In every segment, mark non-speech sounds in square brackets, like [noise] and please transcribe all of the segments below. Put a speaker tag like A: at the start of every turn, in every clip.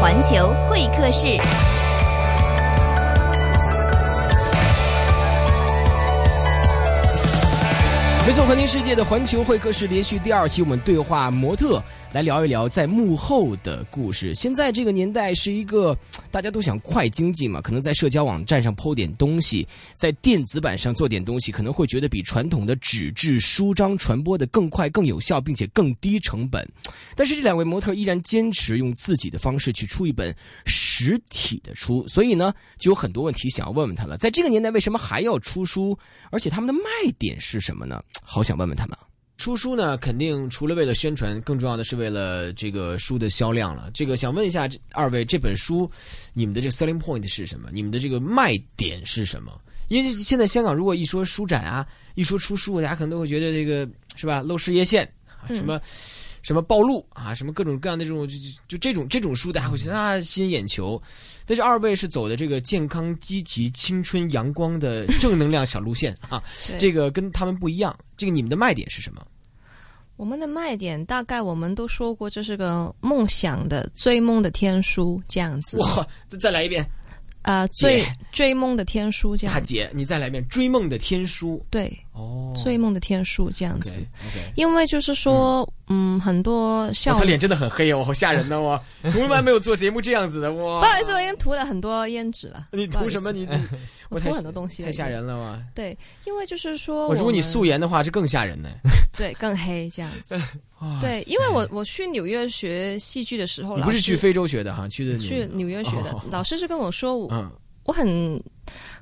A: 环球会客室。
B: 没错，环听世界的环球会客室连续第二期，我们对话模特，来聊一聊在幕后的故事。现在这个年代是一个大家都想快经济嘛，可能在社交网站上剖点东西，在电子版上做点东西，可能会觉得比传统的纸质书章传播的更快、更有效，并且更低成本。但是这两位模特依然坚持用自己的方式去出一本实体的书，所以呢，就有很多问题想要问问他了。在这个年代，为什么还要出书？而且他们的卖点是什么呢？好想问问他们啊！
C: 出书呢，肯定除了为了宣传，更重要的是为了这个书的销量了。这个想问一下这二位，这本书你们的这个 selling point 是什么？你们的这个卖点是什么？因为现在香港如果一说书展啊，一说出书，大家可能都会觉得这个是吧，露事业线，啊什么、什么暴露啊，什么各种各样的这种就就就这种这种书，大家会觉得啊吸引眼球。但是二位是走的这个健康、积极、青春、阳光的正能量小路线啊，这个跟他们不一样。这个你们的卖点是什么？
D: 我们的卖点大概我们都说过，这是个梦想的追梦的天书这样子，
C: 哇，再再来一遍，
D: 啊、追追梦的天书这
C: 大
D: 样子，
C: 姐，你再来一遍《追梦的天书
D: 对，》
C: 哦
D: 追梦的天书这样子。
C: OK OK，
D: 因为就是说，嗯，很多
C: 哇
D: 校
C: 他
D: 友，
C: 脸真的很黑哦，好吓人呢、
D: [laughs]
C: 哦！我从来没有做节目这样子的
D: 不
C: 哇。
D: 好意思，我已经涂了很多胭脂了。
C: 你
D: 不好
C: 涂
D: 意思
C: 什么？你你 [laughs]
D: 我
C: 太
D: 涂很多东西了
C: 太吓人了哇！
D: 对，因为就是说
C: 我
D: 我
C: 如果你
D: 们
C: 素颜的话，这更吓
D: [laughs]
C: 人呢。
D: 对更黑这样子。
C: [laughs] 哇
D: 对，因为我我去纽约学戏剧的时候，
C: 你
D: 老
C: 不是
D: 师
C: 去非洲学的哈，去的你
D: 去纽约学的
C: 哦，
D: 老师就跟我说，我
C: 嗯，
D: 我很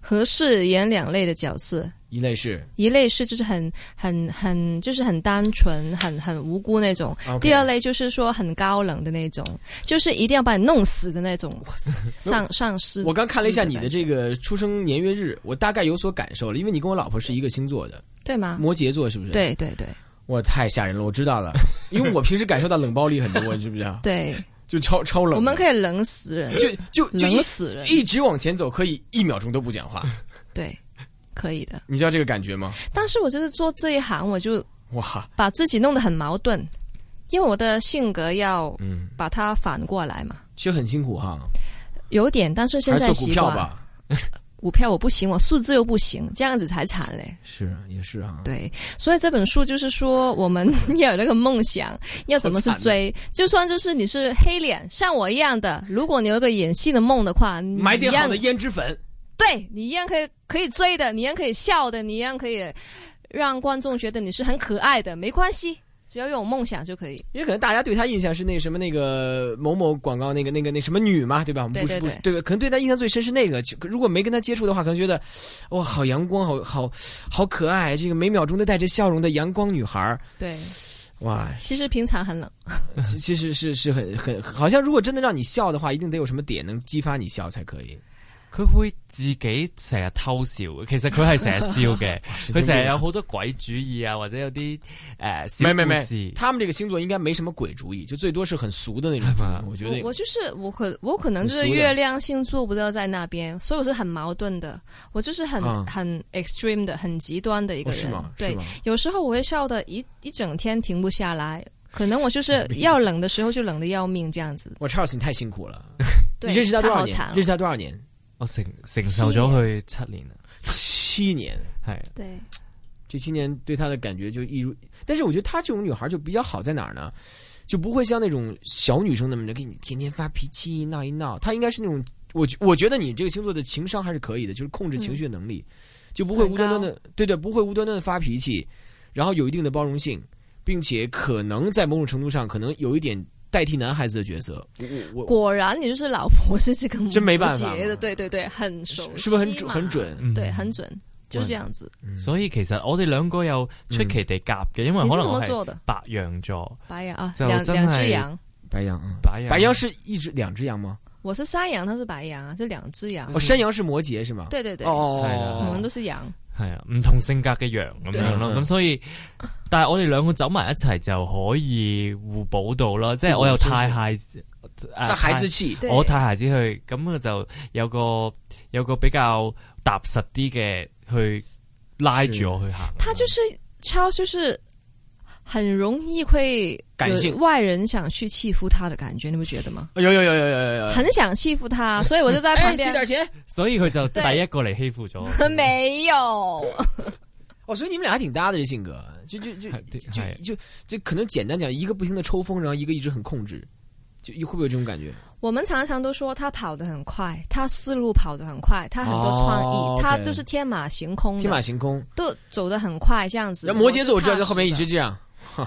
D: 合适演两类的角色。
C: 一类是
D: 一类是就是很很很就是很单纯、很很无辜那种
C: OK
D: [laughs] 第二类就是说很高冷的那种，就是一定要把你弄死的那
C: [laughs]
D: 种上上司。
C: 我刚看了一下你
D: 司
C: 的
D: 感觉
C: 这个出生年月日，我大概有所感受了，因为你跟我老婆是一个星座的，
D: 对吗？
C: 摩羯座是不是？，
D: 对对对
C: 我太吓人了，我知道
D: [laughs]
C: 了，因为我平时感受到冷暴力很多，你知不知道？
D: 对，
C: 就超超冷的。
D: 我们可以冷死人，
C: 就就就一
D: 冷死人，
C: 一直往前走，可以一秒钟都不讲话，
D: 对，可以的。
C: 你知道这个感觉
D: [laughs]
C: 吗？
D: 但是我就是做这一行，我就
C: 哇，
D: 把自己弄得很矛盾，因为我的性格要
C: 嗯，
D: 把它反过来嘛，
C: 其实很辛苦哈，
D: 有点，但是现
C: 还是
D: 在
C: 做股
D: 习
C: 票
D: 惯
C: 吧，
D: 股票我不行，我数字又不行，这样子才惨嘞。
C: 是也是哈，
D: 对，所以这本书就是说，我们 [laughs] 要有那个梦想，要怎么去
C: 啊
D: 追。就算就是你是黑脸，像我一样的，如果你有一个演戏的梦的话，你
C: 买
D: 一
C: 点
D: 样
C: 好的胭脂粉，
D: 对你一样可以可以追的，你一样可以笑的，你一样可以让观众觉得你是很可爱的，没关系，只要有梦想就可以。
C: 因为可能大家对她印象是那什么那个某某广告那个那个那什么女嘛，对吧？我们
D: 对
C: 不是
D: 对
C: 不是
D: 对
C: 对吧？可能对她印象最深是那个，就如果没跟她接触的话，可能觉得哇，好阳光，好好好可爱，这个每秒钟都带着笑容的阳光女孩儿，
D: 对，
C: 哇，
D: 其实平常很冷，
C: 其其实是是很很好像，如果真的让你笑的话，一定得有什么点能激发你笑才可以。
E: 佢會自己成日偷笑，其實佢係成日笑 [laughs] 嘅，佢
C: 啊
E: 成日有好多鬼主意啊，或者有啲诶小
C: 没没
E: 故
C: 没
E: 事，。
C: 他们这个星座应该没什么鬼主意，就最多是很俗的那种 [laughs] 主意。我觉
D: 我
C: 得
D: 我就是我可我可能就
C: 很
D: 是
C: 俗的
D: 月亮星座不都在那边，所以我是很矛盾的，我就是很、
C: 啊
D: 很 extreme 的、很极端的一个
C: 哦是
D: 人。
C: 吗？
D: 对
C: 是，吗？
D: 有时候我会笑的一一整天停不下来，可能我就是要冷的时候就冷的要命这样子。
C: 我 Charles 你太辛苦了，
D: 对，
C: 你认识他多
D: 他
C: 少
D: 好
C: 年
D: 惨？
C: 认
D: 哦、
C: 识他多少年？
E: 我承承受咗佢七年啊啦，
C: 七年。
E: 係
D: 对，
C: 这七年对她的感觉就一如，但是我觉得她这种女孩就比较好在哪儿呢？就不会像那种小女生那么着给你天天发脾气闹一闹，她应该是那种我觉我觉得你这个星座的情商还是可以的，就是控制情绪的能力，就不会无端端的对对，不会无端端的发脾气，然后有一定的包容性，并且可能在某种程度上可能有一点代替男孩子的角色，我我
D: 果然你就是老婆是这个摩羯
C: 真没办法
D: 的，
C: 嘛
D: 对对对，很熟
C: 是是不是很
D: 悉
C: 准
D: 嘛
C: 很？准？
E: 嗯
D: 对，很准，就是这样子。
E: 所以其實我哋兩個有出奇地夾嘅，因為
D: 嗯你
E: 可
D: 是
E: 能
D: 怎
E: 我
D: 么
E: 係
D: 做的？
E: 白羊座，
D: 白羊啊，
E: 在我
D: 两
E: 真
D: 两
E: 爱
D: 只羊，
C: 白羊，嗯
E: 白羊
B: 啊
C: 白羊是一只两只羊吗？
D: 我是山羊，他是白羊啊，这两只羊
C: 哦，。山羊是摩羯是吗？
D: 对对对，
C: 哦哦，哦
D: 我
C: 哦
D: 们都是羊，
E: 係啊，唔同性格嘅羊咁樣咯，
C: 對
E: 咁所以。但係我哋兩個走埋一齊就可以互補到啦，即係我又太孩子，呃
C: 那孩子氣。
D: 对
E: 我帶孩子去，咁我就有個有個比較踏實啲嘅去拉住我去行。
D: 他就是超就是很容易会有
C: 感性
D: 外人想去欺负他的感觉，你不觉得吗？
C: 哦有有有有有有有，
D: 很想欺负他，所以我就在
B: 哎，
D: 旁
B: 借
D: 边。
B: 点钱
E: 所以佢就第
D: 對
E: 一個嚟欺負咗。
D: 没有，
C: 哦，所以你们俩还挺搭的这性格，就就就
E: 係係
C: 就就就可能简单讲，一个不停的抽风，然后一个一直很控制，就会不会有这种感觉？
D: 我们常常都说他跑得很快，他思路跑得很快，他很多
C: 哦
D: 创意，他
C: OK
D: 都是天马行空的，
C: 天马行空。
D: 都走得很快这样子。
C: 然后摩羯座我知道
D: 是
C: 在后面一直
D: 踏实
C: 这样，
D: 的，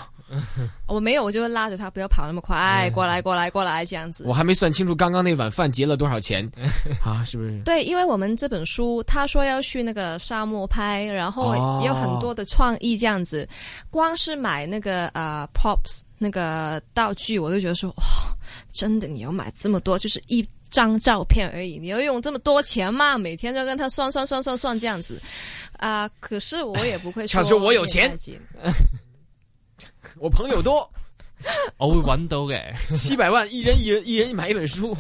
D: 我没有，我就拉着他不要跑那么快，
C: 嗯
D: 哎过来过来过来这样子
C: 我。还没算清楚刚刚那碗饭结了多少钱啊？是不是？
D: 对，因为我们这本书，他说要去那个沙漠拍，然
C: 哦
D: 后也有很多的创意这样子。光是买那个呃 props 那个道具，我都觉得说，哇、真的你要买这么多，就是一张照片而已，你要用这么多钱吗？每天就跟他算算算算算这样子，啊、可是我也
C: [laughs]
D: 不会说，
C: 他说我有钱，我朋友
D: [laughs]
C: 多，
E: 我會揾到嘅，
C: 七百万，一人一人一人买一本书。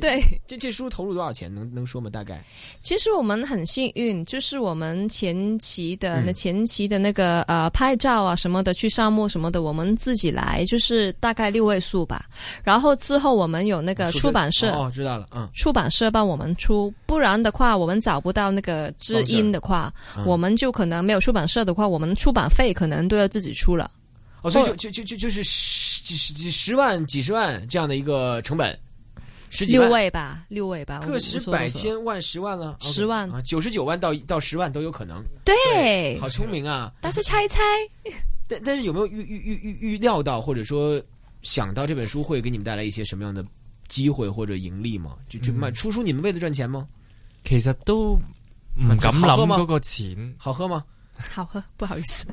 D: 对。
C: 这这书投入多少钱？能能说吗？大概？
D: 其实我们很幸运，就是我们前期的
C: 嗯
D: 那、前期的那个呃拍照啊什么的，去沙漠什么的，我们自己来，就是大概六位数吧。然后之后我们有那个
C: 说
D: 出版社，
C: 哦，哦知道了，嗯，
D: 出版社帮我们出，不然的话我们找不到那个知音的话，
C: 嗯
D: 我们就可能没有出版社的话，我们出版费可能都要自己出了。
C: 哦，所以就就就就就是十几十几十万、几十万这样的一个成本，十几
D: 六
C: 万，
D: 位吧，六位吧，
C: 个
D: 我
C: 十
D: 我说
C: 百
D: 我说
C: 千万十万了，
D: 十万
C: 啊，九十九万到到十万都有可能，
D: 对，
C: 好聪明啊！
D: 大家猜一猜，
C: 但但是有没有预预预预预料到，或者说想到这本书会给你们带来一些什么样的机会或者盈利吗？就就卖出书，你们为了赚钱吗？
E: 其實都唔敢諗嗰個錢。
C: 好喝吗？
D: [laughs] 好喝，不好意思。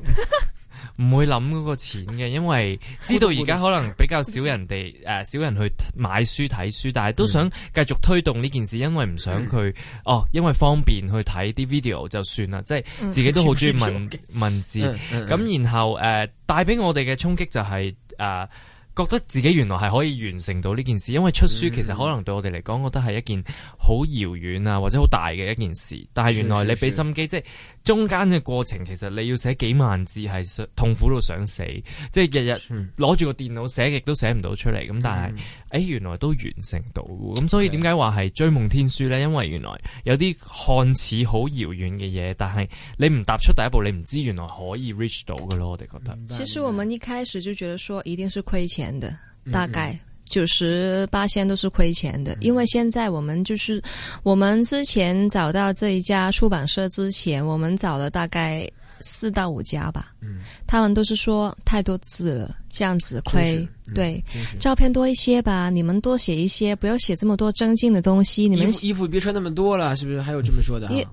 E: 唔會諗嗰個錢嘅，因為知道而家可能比較少人哋诶、 [laughs] 呃少人去買書睇書，但係都想繼續推動呢件事，因為唔想佢、哦，因為方便去睇啲 video 就算啦，即係
D: 嗯
E: 自己都好中意
C: video
E: 文
C: 嘅
E: 文字，咁、
C: 嗯
E: 然後诶、呃帶俾我哋嘅衝擊就係呃覺得自己原來係可以完成到呢件事，因為出書其實可能對我哋嚟講，覺得係一件好遙遠啊，或者好大嘅一件事。但係原來
C: 是是
E: 你俾
C: 是
E: 心機，即係中間嘅過程，其實你要寫幾萬字，係想痛苦到想死，即係日日
C: 嗯
E: 攞住個電腦寫，亦都寫唔到出嚟。咁但係，誒、原來都完成到喎。咁所以點解話係追夢天書呢？因為原來有啲看似好遙遠嘅嘢，但係你唔踏出第一步，你唔知原來可以 reach 到嘅咯。我哋覺得。
D: 其实我们一开始就觉得说一定是亏钱的，
C: 嗯
D: 大概九十八千都是亏钱的，因为现在我们就是我们之前找到这一家出版社之前，我们找了大概四到五家吧，
C: 嗯
D: 他们都是说太多字了，这样子
C: 真
D: 亏
C: 是，嗯
D: 对。
C: 真是
D: 照片多一些吧，你们多写一些，不要写这么多正经的东西。你
C: 衣
D: 们
C: 服衣服别穿那么多了，是不是？还有这么说的啊？
D: 一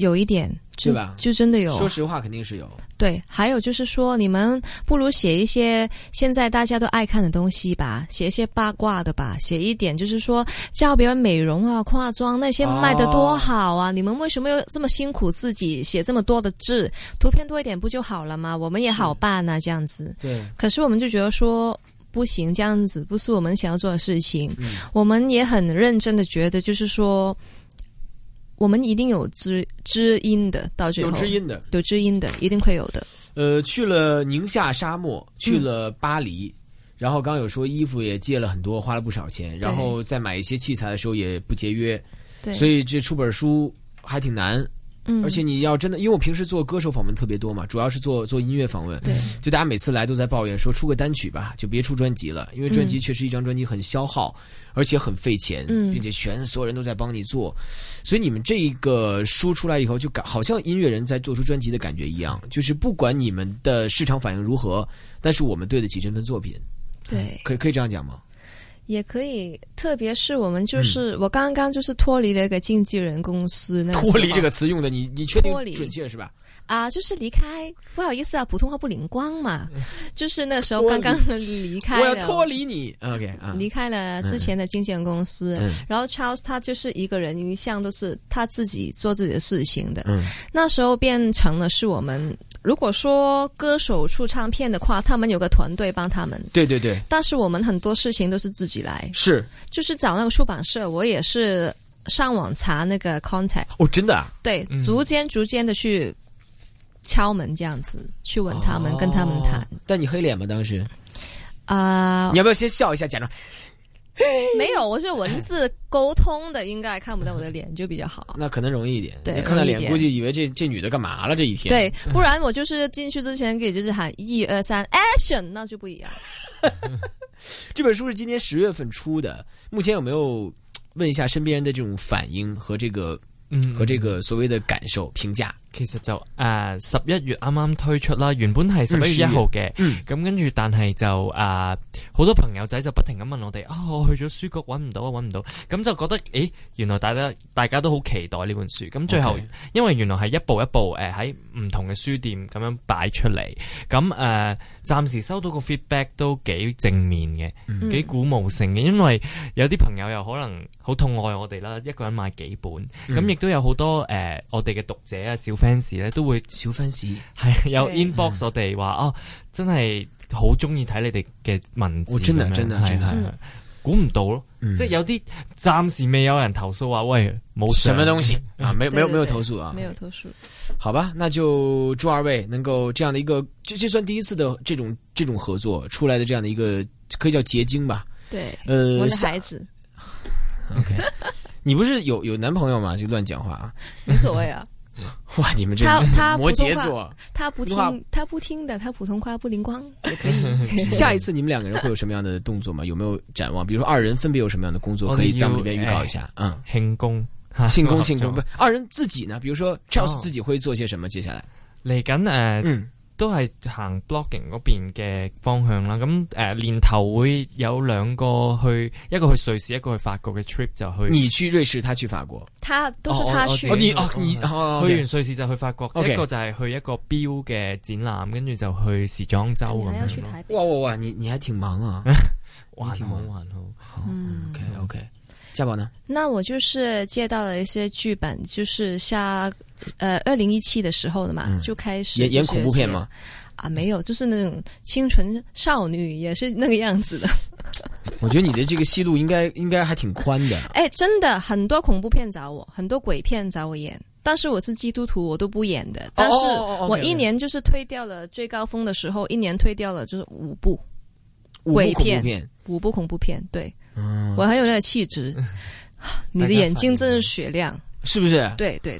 D: 有一点，
C: 对
D: 就
C: 吧
D: 就真的有。
C: 说实话，肯定是有。
D: 对，还有就是说，你们不如写一些现在大家都爱看的东西吧，写一些八卦的吧，写一点就是说教别人美容啊、化妆那些卖的多好啊，你们为什么要这么辛苦自己写这么多的字？图片多一点不就好了吗？我们也好办啊呐、这样子。
C: 对，
D: 可是我们就觉得说。不行，这样子不是我们想要做的事情。
C: 嗯
D: 我们也很认真的觉得，就是说，我们一定有知知音的，到最
C: 有
D: 后
C: 知音的。
D: 有知音的，一定会有的。
C: 呃，去了宁夏沙漠，去了巴黎，
D: 嗯
C: 然后刚刚有说衣服也借了很多，花了不少钱，然后再买一些器材的时候也不节约，
D: 对，
C: 所以这出本书还挺难。
D: 嗯，
C: 而且你要真的，因为我平时做歌手访问特别多嘛，主要是做做音乐访问，
D: 对，
C: 就大家每次来都在抱怨说出个单曲吧，就别出专辑了，因为专辑确实一张专辑很消耗，而且很费钱，
D: 嗯
C: 并且全所有人都在帮你做，所以你们这一个书出来以后，就感好像音乐人在做出专辑的感觉一样，就是不管你们的市场反应如何，但是我们对得起这份作品，
D: 对，
C: 可以可以这样讲吗？
D: 也可以，特别是我们就是、我刚刚就是脱离了一个经纪人公司，那时
C: 嗯
D: 候
C: 脱离这个词用的，你你确定
D: 嗯脱离
C: 准确是吧？
D: 啊，就是离开，不好意思啊，普通话不灵光嘛，就是那时
C: 嗯
D: 候
C: 脱离
D: 刚刚离开
C: 我要脱
D: 了。
C: 离你，OK 啊，
D: 离开了之前的经纪人公司，
C: 嗯
D: 然后 Charles 他就是一个人，一向都是他自己做自己的事情的。
C: 嗯
D: 那时候变成了是我们，如果说歌手出唱片的话，他们有个团队帮他们，
C: 对对对，
D: 但是我们很多事情都是自己来。
C: 是
D: 就是找那个出版社，我也是上网查那个 contact，
C: 哦，真的啊，
D: 对，逐渐逐渐的去敲门这样子去问他们，跟他们谈
C: 但你黑脸吗？当时
D: 啊、
C: 你要不要先笑一下，假装？
D: 没有，我是文字沟通的，应该看不到我的脸就比较好。
C: 那可能容易一点。
D: 对
C: 你看到
D: 容易一
C: 脸，
D: 点
C: 估计以为这这女的干嘛了这一天。
D: 对，不然我就是进去之前给就是喊一二三 action，那就不一样。
C: 这本书是今年十月份出的，目前有没有问一下身边人的这种反应和这个
E: 嗯
C: 和这個所謂嘅感受評價？
E: 其實就誒十一月啱啱推出啦，原本係十一月一號嘅，
C: 嗯
E: 咁跟住但係就呃誒好、多朋友仔就不停咁問我哋啊、我去咗書局揾唔到啊，揾唔到，咁就覺得誒原來大家大家都好期待呢本書，咁最後
C: OK
E: 因為原來係一步一步誒喺唔同嘅書店咁樣擺出嚟，咁誒、呃、暫時收到個 feedback 都幾正面嘅。
D: 嗯
E: 幾鼓舞性嘅，因為有啲朋友又可能好痛愛我哋啦，一個人買幾本，咁亦都有好多誒、呃我哋嘅讀者啊、小 fans 咧都會 [laughs]
C: 小
D: 嗯
C: fans，
E: 係有
D: 對
E: inbox 我哋話哦，真係好中意睇你哋嘅文字
C: 哦
E: 咁
C: 真
E: 樣，
C: 係真係
E: 係
C: 真係
E: 係係
D: 嗯
E: 估唔到咯，
C: 嗯
E: 即係有啲暫時未有人投訴話喂冇
C: 什
E: 上
C: 么东西啊？没有没有
D: 嗯对对
C: 没有投诉啊
D: 没？有投诉。
C: 好吧，那就祝二位能够这样的一个，这这算第一次的这种这种合作出来的这样的一个，可以叫结晶吧？
D: 对，我
C: 呃，
D: 的
C: 下
D: 孩子
C: OK，你不是有有男朋友吗？就乱讲话啊！ [laughs]
D: 无所谓啊，
C: 哇，你们这 [laughs]
D: 他他
C: 摩
D: 普通
C: 羯
D: 话
C: 座， [laughs]
D: 他不
C: 普通
D: 听他不听的，他普通话不灵光也可以。
C: 下一次你们两个人会有什么样的动作吗？有没有展望？比如说二人分哦别有啊什么样的工作
E: 我
C: 可
E: 们
C: 以在
E: 有
C: 我们里面预告一下？嗯，
E: 慶功， [laughs]
C: 庆功
E: 合
C: 庆
E: 作
C: 功，不，二人自己呢？比如说 Charles
E: 哦
C: 自己会做些什么？接下来，
E: 嚟緊誒。呃
C: 嗯，
E: 都係行 blogging 嗰邊嘅方向啦。咁誒、呃年頭會有兩個去，一個去瑞士，一個去法國嘅 trip 就去。
C: 你去瑞士，他去法国。
D: 他都是
E: 哦
D: 他
E: 哦哦
D: 去
C: 哦，
E: 自己
C: 你哦，你哦，
E: 去完
C: OK
E: 瑞士就去法國
C: OK
E: 一個就係去一個錶嘅展覽，跟住就去時裝周
D: 你
E: 咁
D: 还啊要去
E: 樣咯。
D: 台北
C: 哇，哇哇，你你还挺忙 [laughs] 啊。
E: 還
C: 挺
E: 好
C: 忙
E: 啊還好。
D: 嗯
C: OK OK，家宝呢？
D: 那我就是接到了一些剧本，就是下呃二零一七的时候的嘛，
C: 嗯
D: 就开始
C: 演演
D: 就是
C: 恐怖片
D: 写
C: 吗？
D: 啊，没有，就是那种清纯少女，也是那个样子
C: [laughs]
D: 的。
C: 我觉得你的这个戏路应该应该还挺宽的。
D: 哎，真的很多恐怖片找我，很多鬼片找我演。但是我是基督徒，我都不演的。但是
C: 哦哦
D: 我
C: OK，OK
D: 一年就是推掉了最高峰的时候，一年推掉了就是五部
C: 五部
D: [laughs] 鬼
C: 恐怖
D: 片
C: 片，
D: 五部恐怖片。对、
C: 嗯，
D: [sighs] 我很有那个气质，你的眼睛真是雪亮。
C: [laughs] 是不是？
D: 对对